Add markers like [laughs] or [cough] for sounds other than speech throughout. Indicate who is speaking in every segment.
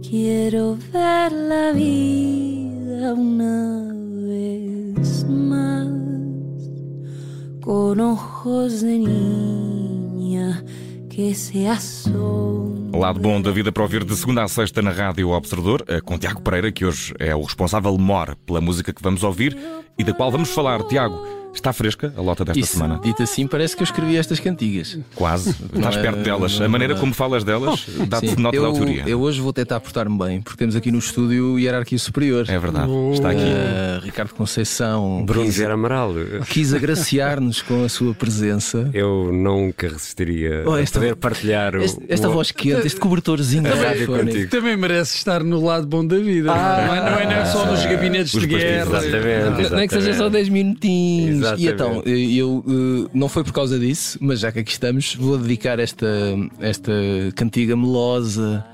Speaker 1: Quiero ver la vida una vez más con ojos de niña que se asombran.
Speaker 2: Lado bom da vida para ouvir de segunda a sexta na Rádio Observador, eh, com Tiago Pereira, que hoje é o responsável mor pela música que vamos ouvir e da qual vamos falar. Tiago, está fresca a lota desta
Speaker 3: Isso,
Speaker 2: semana?
Speaker 3: dito assim, parece que eu escrevi estas cantigas.
Speaker 2: Quase. Estás
Speaker 3: é-
Speaker 2: perto delas. A
Speaker 3: não
Speaker 2: maneira
Speaker 3: é-
Speaker 2: como falas delas dá-te
Speaker 3: Sim,
Speaker 2: nota
Speaker 3: eu,
Speaker 2: da autoria.
Speaker 3: eu hoje vou tentar portar-me bem, porque temos aqui no estúdio hierarquia superior.
Speaker 2: É verdade. Está aqui.
Speaker 3: Ah, Ricardo Conceição
Speaker 4: Bruno
Speaker 3: quis,
Speaker 4: Vieira Amaral,
Speaker 3: quis agraciar-nos com a sua
Speaker 4: [laughs]
Speaker 3: presença.
Speaker 4: eu nunca resistiria
Speaker 3: Oh, esta-
Speaker 4: a poder partilhar o-
Speaker 3: Este- esta
Speaker 4: o-
Speaker 3: voz quente, este cobertorzinho de
Speaker 4: Também-
Speaker 3: rádio contigo.
Speaker 4: contigo.
Speaker 5: Também merece estar no lado bom da vida.
Speaker 3: Ah.
Speaker 5: não, é, não é- não é só nos gabinetes
Speaker 2: Os
Speaker 5: de
Speaker 2: partidos,
Speaker 5: guerra. Ah.
Speaker 4: Exatamente,
Speaker 3: Não é que seja só
Speaker 4: exatamente.
Speaker 3: 10 minutinhos.
Speaker 4: Exatamente.
Speaker 3: E então, eh, eu eh, não foi por causa disso, mas já que aqui estamos, vou dedicar esta, esta cantiga melosa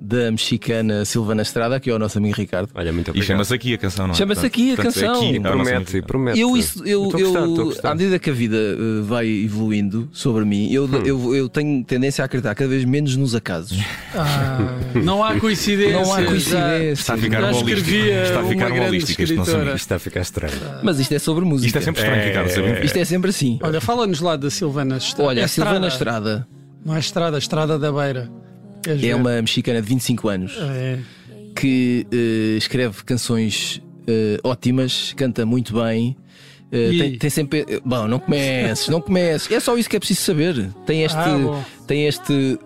Speaker 3: da mexicana Silvana Estrada, que é o nosso amigo Ricardo.
Speaker 4: Olha, muito
Speaker 2: E
Speaker 4: obrigado.
Speaker 2: chama-se aqui a canção, não é?
Speaker 3: Chama-se aqui a
Speaker 2: Portanto, é
Speaker 3: canção.
Speaker 2: aqui,
Speaker 4: E
Speaker 2: é a nossa
Speaker 4: promete,
Speaker 2: música.
Speaker 4: promete.
Speaker 3: Eu, isso, eu,
Speaker 4: Estou a
Speaker 3: eu,
Speaker 4: gostar, estou a gostar.
Speaker 3: à medida que a vida eh, vai evoluindo sobre mim, eu, eu, eu tenho tendência a acreditar cada vez menos nos acasos.
Speaker 5: Ah, não há coincidência.
Speaker 3: Não há
Speaker 2: Está
Speaker 3: coincidência.
Speaker 2: a ficar
Speaker 5: Já
Speaker 2: um holístico.
Speaker 5: escrevia
Speaker 2: Está a
Speaker 5: uma
Speaker 2: ficar um
Speaker 5: grande
Speaker 2: holístico este nosso amigo.
Speaker 5: escritora.
Speaker 4: Isto está a ficar estranho.
Speaker 3: Mas isto é sobre música.
Speaker 2: Isto é sempre estranho,
Speaker 4: É,
Speaker 2: Ricardo, sabemos.
Speaker 3: Isto é sempre assim.
Speaker 5: Olha, fala-nos lá da Silvana Estrada.
Speaker 3: Olha,
Speaker 5: É
Speaker 3: a Silvana Estrada
Speaker 5: Não é Estrada, Estrada da Beira. Queres
Speaker 3: é
Speaker 5: ver?
Speaker 3: uma mexicana de 25 anos.
Speaker 5: É.
Speaker 3: que eh, escreve canções eh, ótimas, canta muito bem. eh,
Speaker 5: E-
Speaker 3: tem, tem sempre. eh, Bom, não comeces, não comeces. É só isso que é preciso saber. Tem este.
Speaker 5: Ah, bom.
Speaker 3: tem este.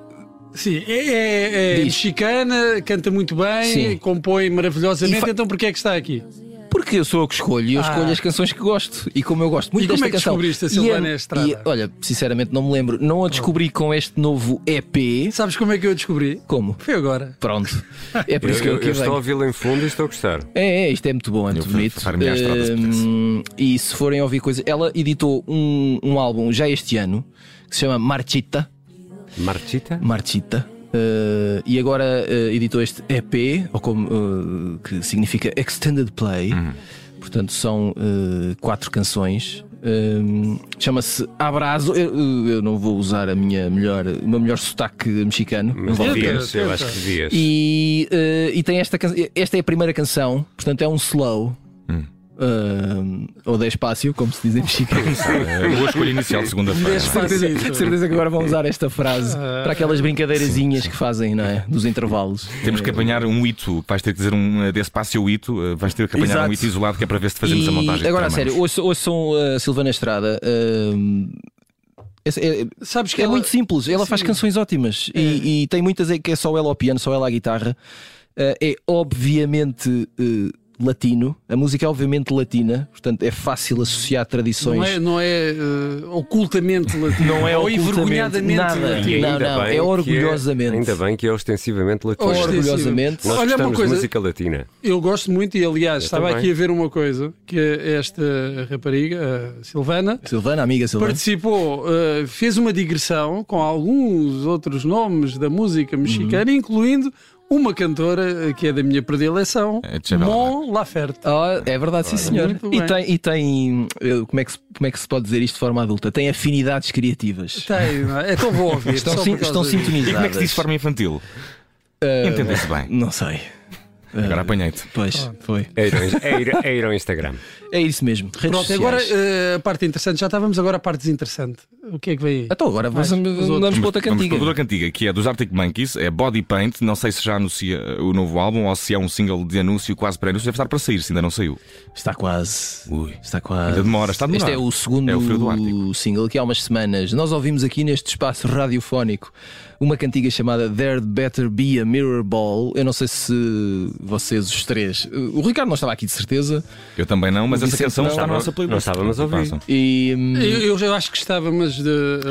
Speaker 5: Sim, é, é- é
Speaker 3: Diz.
Speaker 5: mexicana, canta muito bem,
Speaker 3: Sim.
Speaker 5: compõe maravilhosamente.
Speaker 3: E fa-
Speaker 5: Então, porquê é que está aqui?
Speaker 3: Porque eu sou eu que escolho e eu
Speaker 5: Ah.
Speaker 3: escolho as canções que gosto. E como eu gosto muito
Speaker 5: E como
Speaker 3: desta
Speaker 5: é que
Speaker 3: canção.
Speaker 5: descobriste a
Speaker 3: E
Speaker 5: Silvana
Speaker 3: é-
Speaker 5: Estrada?
Speaker 3: e- olha, sinceramente não me lembro. Não a descobri com este novo EP.
Speaker 5: Sabes como é que eu descobri?
Speaker 3: Como?
Speaker 5: Foi agora.
Speaker 3: Pronto. É por
Speaker 4: Eu,
Speaker 3: isso que eu
Speaker 4: eu-
Speaker 3: aqui
Speaker 4: eu estou a
Speaker 3: venho.
Speaker 4: ouvi-lo em fundo e estou a gostar.
Speaker 3: É, é, isto é muito bom, é muito
Speaker 2: vou
Speaker 3: bonito.
Speaker 2: fazer-me à estrada, se
Speaker 3: Hum, e se forem ouvir coisas, ela editou um, um álbum já este ano que se chama Marchita.
Speaker 4: Marchita?
Speaker 3: Marchita. eh, e agora eh, editou este EP, ou como, eh, que significa Extended Play. Portanto, são eh, quatro canções. Hum, Chama-se Abrazo. Eu, eu não vou usar a minha melhor, o meu melhor sotaque mexicano. Não
Speaker 4: Mas
Speaker 3: vale a pena.
Speaker 4: devias, eu
Speaker 5: tenta.
Speaker 4: acho que devias.
Speaker 3: E, eh, e tem esta canção. Esta é a primeira canção, portanto é um slow. Ahm, ou de espaço, como se diz em mexicano.
Speaker 2: É, Boa escolha inicial de segunda-feira.
Speaker 5: Deixa- Certeza.
Speaker 3: De certeza que agora vão usar esta frase
Speaker 5: Ah.
Speaker 3: para aquelas brincadeirazinhas que fazem, não é? Dos intervalos.
Speaker 2: Temos que apanhar um hito. Vais ter que dizer um eh, desse passe o hito. eh, Vais ter que apanhar
Speaker 3: Exato.
Speaker 2: um hito isolado que é para ver se fazemos
Speaker 3: E
Speaker 2: a montagem.
Speaker 3: agora, a
Speaker 2: de
Speaker 3: sério, ouçam, ouçam a Silvana Estrada. ahm, é, é-
Speaker 5: Sabes que
Speaker 3: é
Speaker 5: ela-
Speaker 3: muito simples, ela faz
Speaker 5: Sim. É.
Speaker 3: canções ótimas e, e tem muitas em que é só ela ao piano, só ela à guitarra. Ah, é obviamente eh, latino, a música é obviamente latina, portanto é fácil associar tradições.
Speaker 5: Não é, não é eh, ocultamente latino.
Speaker 3: Não é
Speaker 5: Ou
Speaker 3: ocultamente
Speaker 5: envergonhadamente
Speaker 3: nada.
Speaker 4: E
Speaker 5: latino.
Speaker 4: ainda
Speaker 3: Não, não,
Speaker 4: bem
Speaker 3: é
Speaker 4: que
Speaker 3: orgulhosamente. Oh,
Speaker 4: Ainda bem que é ostensivamente latino.
Speaker 5: Ostensivamente.
Speaker 3: Orgulhosamente.
Speaker 4: Nós
Speaker 5: Olha uma
Speaker 4: gostamos de
Speaker 5: coisa.
Speaker 4: música latina.
Speaker 5: Eu gosto muito e, aliás, estava
Speaker 4: também.
Speaker 5: aqui a ver uma coisa que é esta rapariga, a Silvana,
Speaker 3: Silvana, amiga Silvana.
Speaker 5: participou, eh, fez uma digressão com alguns outros nomes da música mexicana, incluindo uma cantora eh, que é da minha predileção,
Speaker 2: É Chabela.
Speaker 5: Mon Laferte.
Speaker 3: Ah, é verdade, sim, senhor.
Speaker 5: muito
Speaker 3: E
Speaker 5: bem.
Speaker 3: tem, e tem eh, como, é que se, como é que se pode dizer isto de forma adulta? Tem afinidades criativas.
Speaker 5: Tem, não é? Então vou ouvir.
Speaker 3: Estão,
Speaker 5: só
Speaker 3: sin-
Speaker 5: por causa
Speaker 3: estão
Speaker 5: disso.
Speaker 3: sintonizadas.
Speaker 2: E como é que se diz de forma infantil?
Speaker 3: Eh,
Speaker 2: Entenda-se bem.
Speaker 3: Não sei. eh,
Speaker 2: Agora apanhei-te.
Speaker 3: Pois, foi.
Speaker 4: É ir, ao- é ir, é ir ao Instagram.
Speaker 3: É isso mesmo. Redes
Speaker 5: Pronto,
Speaker 3: sociais.
Speaker 5: agora eh, a parte interessante. Já estávamos agora a parte desinteressante. O que é que vem aí?
Speaker 3: Então agora
Speaker 5: Mais,
Speaker 3: vamos,
Speaker 5: os outros.
Speaker 3: vamos para outra
Speaker 2: Vamos para
Speaker 3: cantiga.
Speaker 2: outra cantiga, que é dos Arctic Monkeys, é Body Paint. Não sei se já anuncia eh, o novo álbum ou se é um single de anúncio, quase pré-anúncio. Deve estar para sair, se ainda não saiu.
Speaker 3: Está quase.
Speaker 2: Ui.
Speaker 3: Está quase.
Speaker 2: Ainda demora, está a demorar.
Speaker 3: Este é o segundo
Speaker 2: É o frio do Ártico.
Speaker 3: single que há umas semanas nós ouvimos aqui neste espaço radiofónico uma cantiga chamada There'd Better Be a Mirror Ball. Eu não sei se vocês os três. O Ricardo não estava aqui de certeza.
Speaker 2: Eu também não, mas
Speaker 3: O
Speaker 2: essa
Speaker 3: Vicente
Speaker 2: canção
Speaker 3: é não.
Speaker 2: está na nossa playlist.
Speaker 4: Não estávamos a ouvir.
Speaker 2: Passam.
Speaker 3: E. hum,
Speaker 5: Eu, eu já acho que estava, mas de,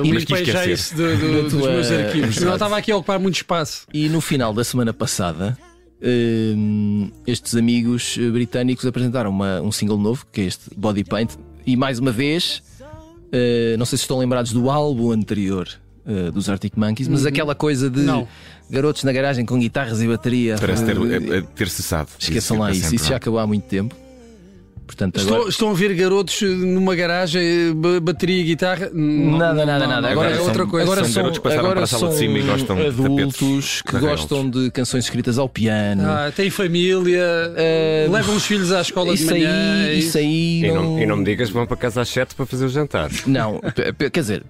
Speaker 5: limpei
Speaker 2: quis
Speaker 5: já
Speaker 2: esquecer.
Speaker 5: isso do-
Speaker 3: [laughs]
Speaker 5: do- dos
Speaker 3: tua-
Speaker 5: meus arquivos.
Speaker 3: Exato.
Speaker 5: Não estava aqui a ocupar muito espaço.
Speaker 3: E no final da semana passada, hum, estes amigos eh, britânicos apresentaram uma- um single novo, que é este Body Paint, e mais uma vez, eh, não sei se estão lembrados do álbum anterior eh, dos Arctic Monkeys,
Speaker 2: Uhum.
Speaker 3: mas aquela coisa de
Speaker 5: Não.
Speaker 3: garotos na garagem com guitarras e bateria.
Speaker 2: Parece ter,
Speaker 3: eh,
Speaker 2: eh, eh, ter cessado.
Speaker 3: Esqueçam
Speaker 2: Isso é
Speaker 3: lá
Speaker 2: para
Speaker 3: isso,
Speaker 2: sempre,
Speaker 3: isso já acabou há muito tempo. Portanto,
Speaker 5: Estou-
Speaker 3: agora...
Speaker 5: estão a ver garotos eh, numa garagem, eh, ba- bateria, guitarra? Não,
Speaker 3: Nada, nada,
Speaker 5: não,
Speaker 3: nada.
Speaker 5: não,
Speaker 3: Agora
Speaker 5: é
Speaker 2: são-
Speaker 5: outra coisa.
Speaker 2: agora São
Speaker 3: são-
Speaker 2: garotos que passaram
Speaker 3: agora
Speaker 2: para a sala de cima e
Speaker 3: são
Speaker 2: gostam de tapetes
Speaker 3: adultos que
Speaker 2: carregados.
Speaker 3: gostam de canções escritas ao piano.
Speaker 5: Ah, tem família,
Speaker 3: Eh,
Speaker 5: levam os filhos à escola
Speaker 3: isso
Speaker 5: de manhã.
Speaker 3: aí, isso é aí.
Speaker 4: E
Speaker 3: não-
Speaker 4: não, e não me digas que vão para casa às 7 para fazer o jantar.
Speaker 3: Não, pe- pe- quer dizer,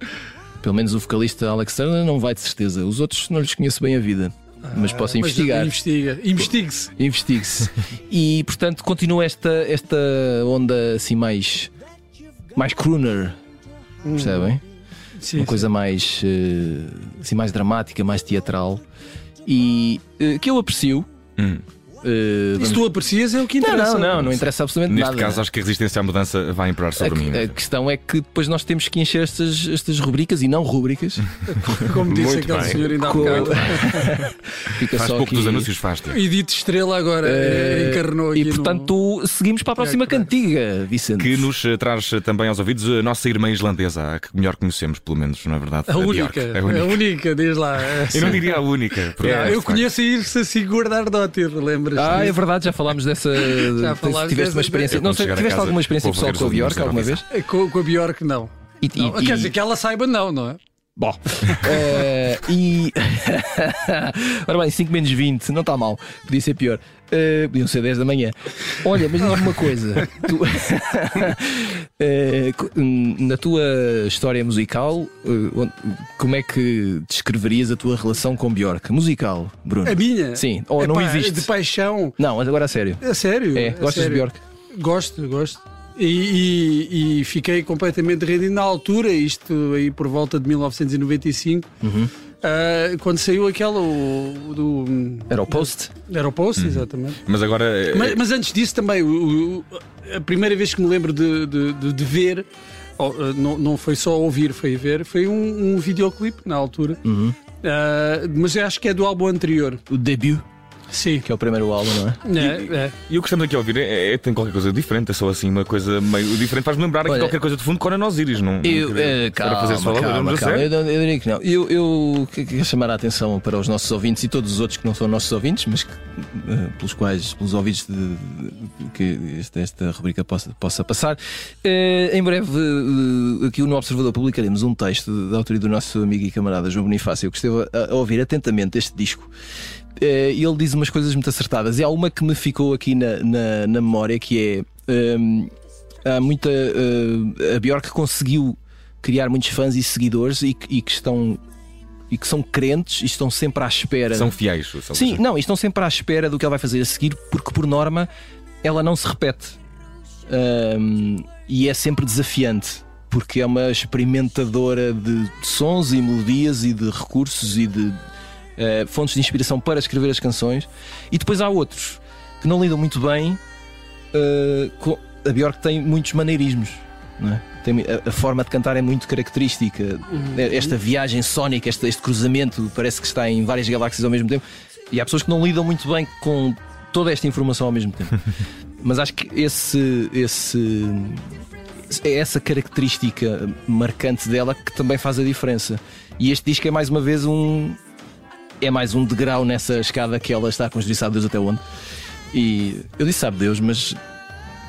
Speaker 3: pelo menos o vocalista Alex Turner não vai de certeza. Os outros não lhes conheço bem a vida, Ah, mas posso
Speaker 5: Mas
Speaker 3: investigar.
Speaker 5: Investiga. Investigue-se.
Speaker 3: Investigue-se. [laughs] e portanto continua esta, esta onda assim mais. mais crooner, percebem?
Speaker 5: Sim,
Speaker 3: Uma coisa mais. eh, assim mais dramática, mais teatral. E eh, que eu aprecio.
Speaker 2: Hum.
Speaker 3: Eh,
Speaker 5: sim.
Speaker 3: vamos-
Speaker 5: Se tu aprecias, é o que
Speaker 3: Não,
Speaker 5: interessa.
Speaker 3: não, não, não interessa absolutamente
Speaker 2: Neste
Speaker 3: nada.
Speaker 2: caso, acho que a resistência à mudança vai imperar
Speaker 3: a,
Speaker 2: sobre mim.
Speaker 3: a questão é que depois nós temos que encher estas, estas rubricas e
Speaker 2: [laughs]
Speaker 3: não rubricas.
Speaker 5: [laughs] Como disse
Speaker 4: Muito
Speaker 5: aquele
Speaker 4: bem.
Speaker 5: senhor ainda há
Speaker 3: Com-
Speaker 5: bocado.
Speaker 3: Fica
Speaker 2: Faz
Speaker 3: só
Speaker 2: pouco
Speaker 3: aqui.
Speaker 2: dos anúncios, faz te
Speaker 5: Edith Estrela agora eh,
Speaker 3: Eh,
Speaker 5: encarnou aqui.
Speaker 3: E portanto, seguimos para a próxima cantiga, Vicente.
Speaker 2: Que nos eh, traz eh, também aos ouvidos a nossa irmã islandesa, a que melhor conhecemos, pelo menos, não é verdade?
Speaker 5: no... A
Speaker 2: Björk.
Speaker 5: única,
Speaker 2: A única.
Speaker 5: a única, diz lá.
Speaker 2: Eu não diria a única. porque, é
Speaker 5: Ah, eu
Speaker 2: de facto,
Speaker 5: conheço a assim Irsa Sigurd Ardótir, lembras?
Speaker 3: É, Ah, é
Speaker 5: disso?
Speaker 3: verdade, já falámos dessa.
Speaker 5: [laughs] Já falámos
Speaker 3: tiveste
Speaker 5: dessa-
Speaker 3: uma experiência.
Speaker 2: Eu
Speaker 3: Não
Speaker 2: quando
Speaker 3: sei,
Speaker 2: chegar a
Speaker 3: tiveste
Speaker 2: casa,
Speaker 3: alguma experiência
Speaker 2: vou
Speaker 3: pessoal
Speaker 2: ver
Speaker 3: com a
Speaker 2: os alunos
Speaker 3: Bjork alguma vez?
Speaker 2: avisar.
Speaker 5: Com, com a Bjork, não.
Speaker 3: E,
Speaker 5: Não,
Speaker 3: e-
Speaker 5: Quer dizer, que ela saiba, não, não é?
Speaker 3: Bom. eh, e. [laughs] Ora bem, 5 menos 20, não está mal. Podia ser pior. Eh, podiam ser 10 da manhã. Olha, mas diz-me uma coisa. Tu- [laughs] Eh, co- hum, na tua história musical, eh, onde- como é que descreverias a tua relação com Bjork? Musical, Bruno?
Speaker 5: A minha?
Speaker 3: Sim, ou não
Speaker 5: Epá,
Speaker 3: existe.
Speaker 5: De paixão.
Speaker 3: Não, mas agora a sério.
Speaker 5: A sério?
Speaker 3: É,
Speaker 5: a
Speaker 3: gostas
Speaker 5: sério.
Speaker 3: de Bjork?
Speaker 5: Gosto, gosto. E, e- e fiquei completamente rendido na altura, isto aí por volta de 1995,
Speaker 3: Uhum.
Speaker 5: ah, quando saiu aquela o, do.
Speaker 3: Era o post?
Speaker 5: Era o Post,
Speaker 3: Uhum.
Speaker 5: exatamente.
Speaker 2: Mas agora. eh,
Speaker 5: Mas, mas antes disso também, o- o- a primeira vez que me lembro de, de- de- de ver, oh, eh, não, não foi só ouvir, foi ver, foi um, um videoclipe na altura.
Speaker 3: Uhum.
Speaker 5: Ah, mas eu acho que é do álbum anterior.
Speaker 3: O debut,
Speaker 5: Sim.
Speaker 3: que é o primeiro álbum, não é?
Speaker 5: É, é.
Speaker 2: E o que estamos aqui a ouvir é, é- tem qualquer coisa diferente, é só assim uma coisa meio diferente. Faz-me lembrar aqui
Speaker 3: Olha,
Speaker 2: qualquer coisa de fundo com Ana Osiris, não? não
Speaker 3: Eu,
Speaker 2: queria-
Speaker 3: eh,
Speaker 2: para
Speaker 3: calma,
Speaker 2: fazer só vamos
Speaker 3: calma,
Speaker 2: a
Speaker 3: calma.
Speaker 2: sério?
Speaker 3: Eu, não- eu diria que não. Eu, eu que- que quero chamar a atenção para os nossos ouvintes e todos os outros que não são nossos ouvintes, mas que, eh, pelos quais, pelos ouvidos de, de- que esta, esta rubrica possa, possa passar. Eh, em breve, eh, aqui no Observador publicaremos um texto da autoria do nosso amigo e camarada João Bonifácio, que esteve a, a ouvir atentamente este disco. Eh, E ele diz umas coisas muito acertadas. E há uma que me ficou aqui na, na, na memória que é. ehm, há muita. eh, a Bjork conseguiu criar muitos fãs e seguidores e, que- e que estão. e que são crentes e estão sempre à espera.
Speaker 2: São fiéis. são-
Speaker 3: Sim, não, e estão sempre à espera do que ela vai fazer a seguir, porque por norma ela não se repete. Ahm, e é sempre desafiante, porque é uma experimentadora de sons e melodias e de recursos e de eh, fontes de inspiração para escrever as canções. E depois há outros que não lidam muito bem. eh, com... A Bjork tem muitos maneirismos. não é? Tem mu- a, a forma de cantar é muito característica. É, Esta viagem sónica, este, este cruzamento, parece que está em várias galáxias ao mesmo tempo. E há pessoas que não lidam muito bem com toda esta informação ao mesmo tempo. Mas acho que esse, esse, é essa característica marcante dela que também faz a diferença. E este disco é mais uma vez um. É mais um degrau nessa escada que ela está a construir, sabe Deus até onde. E eu disse, sabe Deus, mas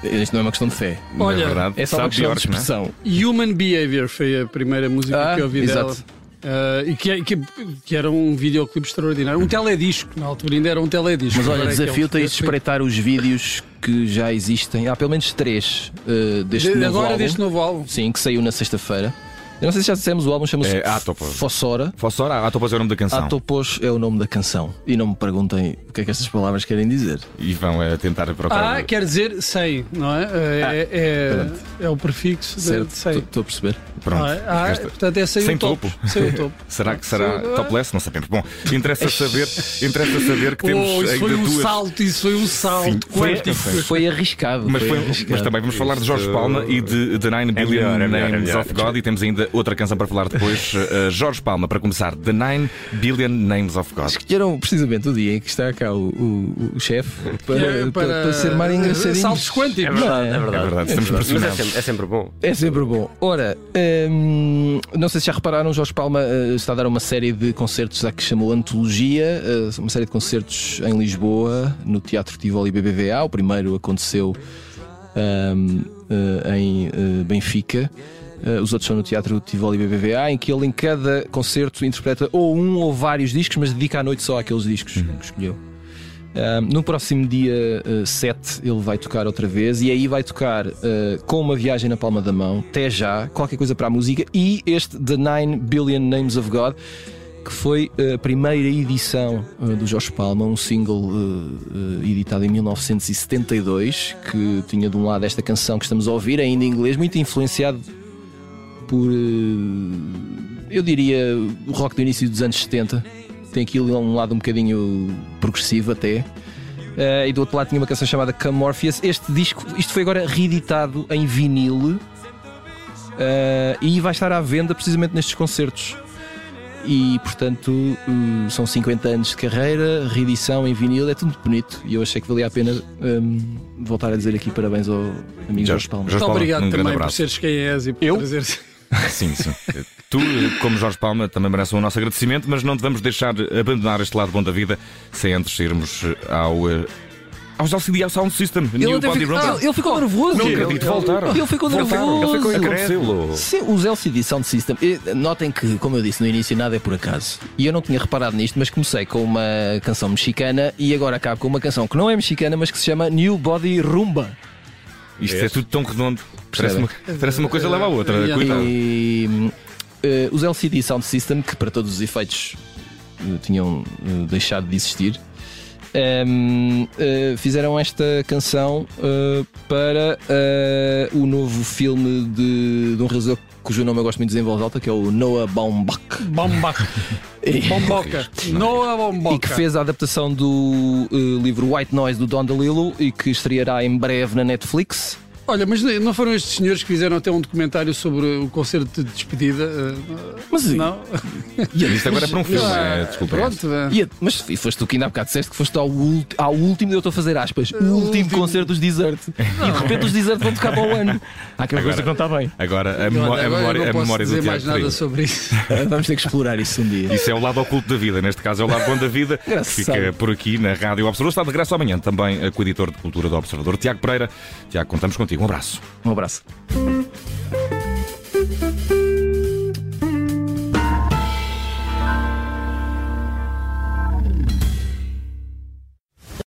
Speaker 3: isto não é uma questão de fé.
Speaker 2: não
Speaker 5: Olha,
Speaker 2: é verdade.
Speaker 3: É só uma
Speaker 2: Sabe
Speaker 3: questão
Speaker 2: Bjork,
Speaker 3: de
Speaker 2: não é?
Speaker 3: expressão.
Speaker 5: Human Behavior foi a primeira música
Speaker 3: Ah,
Speaker 5: que eu ouvi
Speaker 3: exato.
Speaker 5: dela. Ah, e que, que- que era um videoclipe extraordinário. Um teledisco, na altura ainda era um teledisco.
Speaker 3: Mas olha,
Speaker 5: Agora é
Speaker 3: desafio-te a ir
Speaker 5: aqueles-
Speaker 3: espreitar os vídeos que já existem. Há pelo menos três eh, deste
Speaker 5: De-
Speaker 3: novo
Speaker 5: Agora
Speaker 3: álbum.
Speaker 5: deste novo álbum.
Speaker 3: Sim, que saiu na sexta-feira. Eu não sei se já dissemos, o álbum chama-se
Speaker 2: É, Átopa.
Speaker 3: Fossora.
Speaker 2: Fosse hora, ah, estou a fazer o nome da canção.
Speaker 3: Atopos é o nome da canção. E não me perguntem o que é que estas palavras querem dizer.
Speaker 2: E vão a tentar procurar.
Speaker 5: Ah, quer dizer 100, não é? É, é, é o prefixo de, de
Speaker 3: Certo?
Speaker 5: 100.
Speaker 3: Estou a perceber.
Speaker 2: Ah. Pronto.
Speaker 5: Não é? Ah,
Speaker 2: Esta-
Speaker 5: portanto, é 100
Speaker 2: Sem
Speaker 5: o topo.
Speaker 2: topo.
Speaker 5: Sem o
Speaker 2: [laughs]
Speaker 5: topo.
Speaker 2: Será que será
Speaker 5: Sim.
Speaker 2: topless? Não sabemos. Bom, interessa saber, interessa saber que temos
Speaker 5: Oh, isso
Speaker 2: ainda
Speaker 5: foi um
Speaker 2: duas.
Speaker 5: salto, isso foi um salto.
Speaker 2: foi as
Speaker 5: quântico.
Speaker 2: canções.
Speaker 3: Foi arriscado.
Speaker 2: Mas,
Speaker 5: um-
Speaker 2: foi- um-
Speaker 3: arriscado.
Speaker 2: mas também vamos falar de Jorge Palma e de The Nine Billion
Speaker 4: melhor, é melhor, é
Speaker 2: Names
Speaker 4: melhor.
Speaker 2: of God. E temos ainda outra canção para falar depois. [laughs] Eh, Jorge Palma, para começar, The Nine Billion Names of God. É
Speaker 3: Escolheram um- precisamente o dia em que está cá o, o- o
Speaker 5: [laughs]
Speaker 3: chefe para,
Speaker 5: É,
Speaker 3: para,
Speaker 5: para-
Speaker 3: para ser mais engraçadinho.
Speaker 5: [laughs] Saltos quânticos. É
Speaker 4: verdade, é
Speaker 2: É
Speaker 4: verdade.
Speaker 2: verdade, estamos
Speaker 4: Mas é
Speaker 2: pressionados.
Speaker 4: sempre, é sempre bom.
Speaker 3: É sempre bom. Ora, hum, não sei se já repararam, Jorge Palma eh, está a dar uma série de concertos a que chamou Antologia, eh, uma série de concertos em Lisboa, no Teatro Tivoli BBVA. O primeiro aconteceu ahm, eh, em eh, Benfica. Eh, os outros são no Teatro Tivoli BBVA, em que ele em cada concerto interpreta ou um ou vários discos, mas dedica à noite só àqueles discos que escolheu. Ahm, Ah, no próximo dia eh, 7 ele vai tocar outra vez e aí vai tocar eh, com uma viagem na palma da mão, até já, qualquer coisa para a música e este The 9 Billion Names of God, que foi eh, a primeira edição eh, do Jorge Palma, um single eh, eh, editado em 1972, que tinha de um lado esta canção que estamos a ouvir, ainda em inglês, muito influenciado por, eh, eu diria, o rock do início dos anos 70. Tem aquilo a um lado um bocadinho progressivo até. Eh, e do outro lado tinha uma canção chamada Come Morpheus. Este disco, isto foi agora reeditado em vinil eh, e vai estar à venda precisamente nestes concertos. E portanto hum, são 50 anos de carreira, reedição em vinil, é tudo muito bonito. E eu achei que valia a pena hum, voltar a dizer aqui parabéns ao amigo Jorge Palma.
Speaker 2: Jorge
Speaker 5: Muito
Speaker 2: Palma,
Speaker 5: obrigado
Speaker 2: um grande
Speaker 5: também por
Speaker 2: abraço.
Speaker 5: seres quem és e por
Speaker 2: Eu?
Speaker 5: trazeres.
Speaker 2: Sim, sim. Tu, como Jorge Palma, também merece o nosso agradecimento, mas não devemos deixar abandonar este lado bom da vida sem antes irmos ao. eh, aos auxiliar ao Sound System, New
Speaker 3: até
Speaker 2: Body é
Speaker 3: fico-
Speaker 2: Rumble.
Speaker 3: Ah, ele ficou nervoso.
Speaker 2: Não acredito, voltaram.
Speaker 3: Ele ficou
Speaker 2: Voltaram.
Speaker 3: nervoso.
Speaker 2: Ele ficou incrédulo.
Speaker 3: Sim, os LCD Sound System. eh, Notem que, como eu disse no início, nada é por acaso. E eu não tinha reparado nisto, mas comecei com uma canção mexicana e agora acabo com uma canção que não é mexicana, mas que se chama New Body Rumba.
Speaker 2: Isto é tudo tão redondo. Parece
Speaker 3: Percebe?
Speaker 2: uma, parece uma coisa leva à outra.
Speaker 5: Yeah.
Speaker 2: Coitado.
Speaker 3: E hum, eh, os LCD Sound System, que para todos os efeitos eh, tinham eh, deixado de existir, hum, eh, fizeram esta canção eh, para eh, o novo filme de, de um realizador cujo nome eu gosto muito de desenvolver alta, que é o Noah Baumbach.
Speaker 2: [laughs]
Speaker 5: Bombaca. [laughs] Bomboca.
Speaker 2: é?
Speaker 5: Noah Bomboca.
Speaker 3: E que fez a adaptação do eh, livro White Noise do Don DeLillo e que estreará em breve na Netflix.
Speaker 5: Olha, mas não foram estes senhores que fizeram até um documentário sobre o concerto de despedida? eh,
Speaker 3: Mas,
Speaker 5: Não?
Speaker 2: Isto agora é para um filme,
Speaker 5: Ah,
Speaker 2: é, desculpa.
Speaker 5: Pronto. eh.
Speaker 3: E, mas e foste tu que ainda há bocado disseste que foste ao, ulti- ao último, eu estou a fazer aspas, o último, concerto dos Desert. E de repente os Desert vão tocar para o ano. Há aquela coisa que não está bem.
Speaker 2: Agora, a,
Speaker 5: Olha,
Speaker 2: memó- a
Speaker 5: agora
Speaker 2: memória,
Speaker 5: eu
Speaker 2: a
Speaker 5: não posso
Speaker 2: memória do
Speaker 5: dizer
Speaker 2: Tiago
Speaker 5: mais nada
Speaker 2: Ferreira.
Speaker 5: sobre isso.
Speaker 3: Vamos ter que explorar isso um dia.
Speaker 2: Isso é o lado oculto da vida, neste caso é o lado bom da
Speaker 5: [laughs]
Speaker 2: vida.
Speaker 3: Engraçado.
Speaker 2: Fica por aqui na Rádio Observador. Está de graça amanhã também eh, com o editor de cultura do Observador, Um Tiago Pereira. Tiago, contamos contigo. Um abraço.
Speaker 3: Um abraço.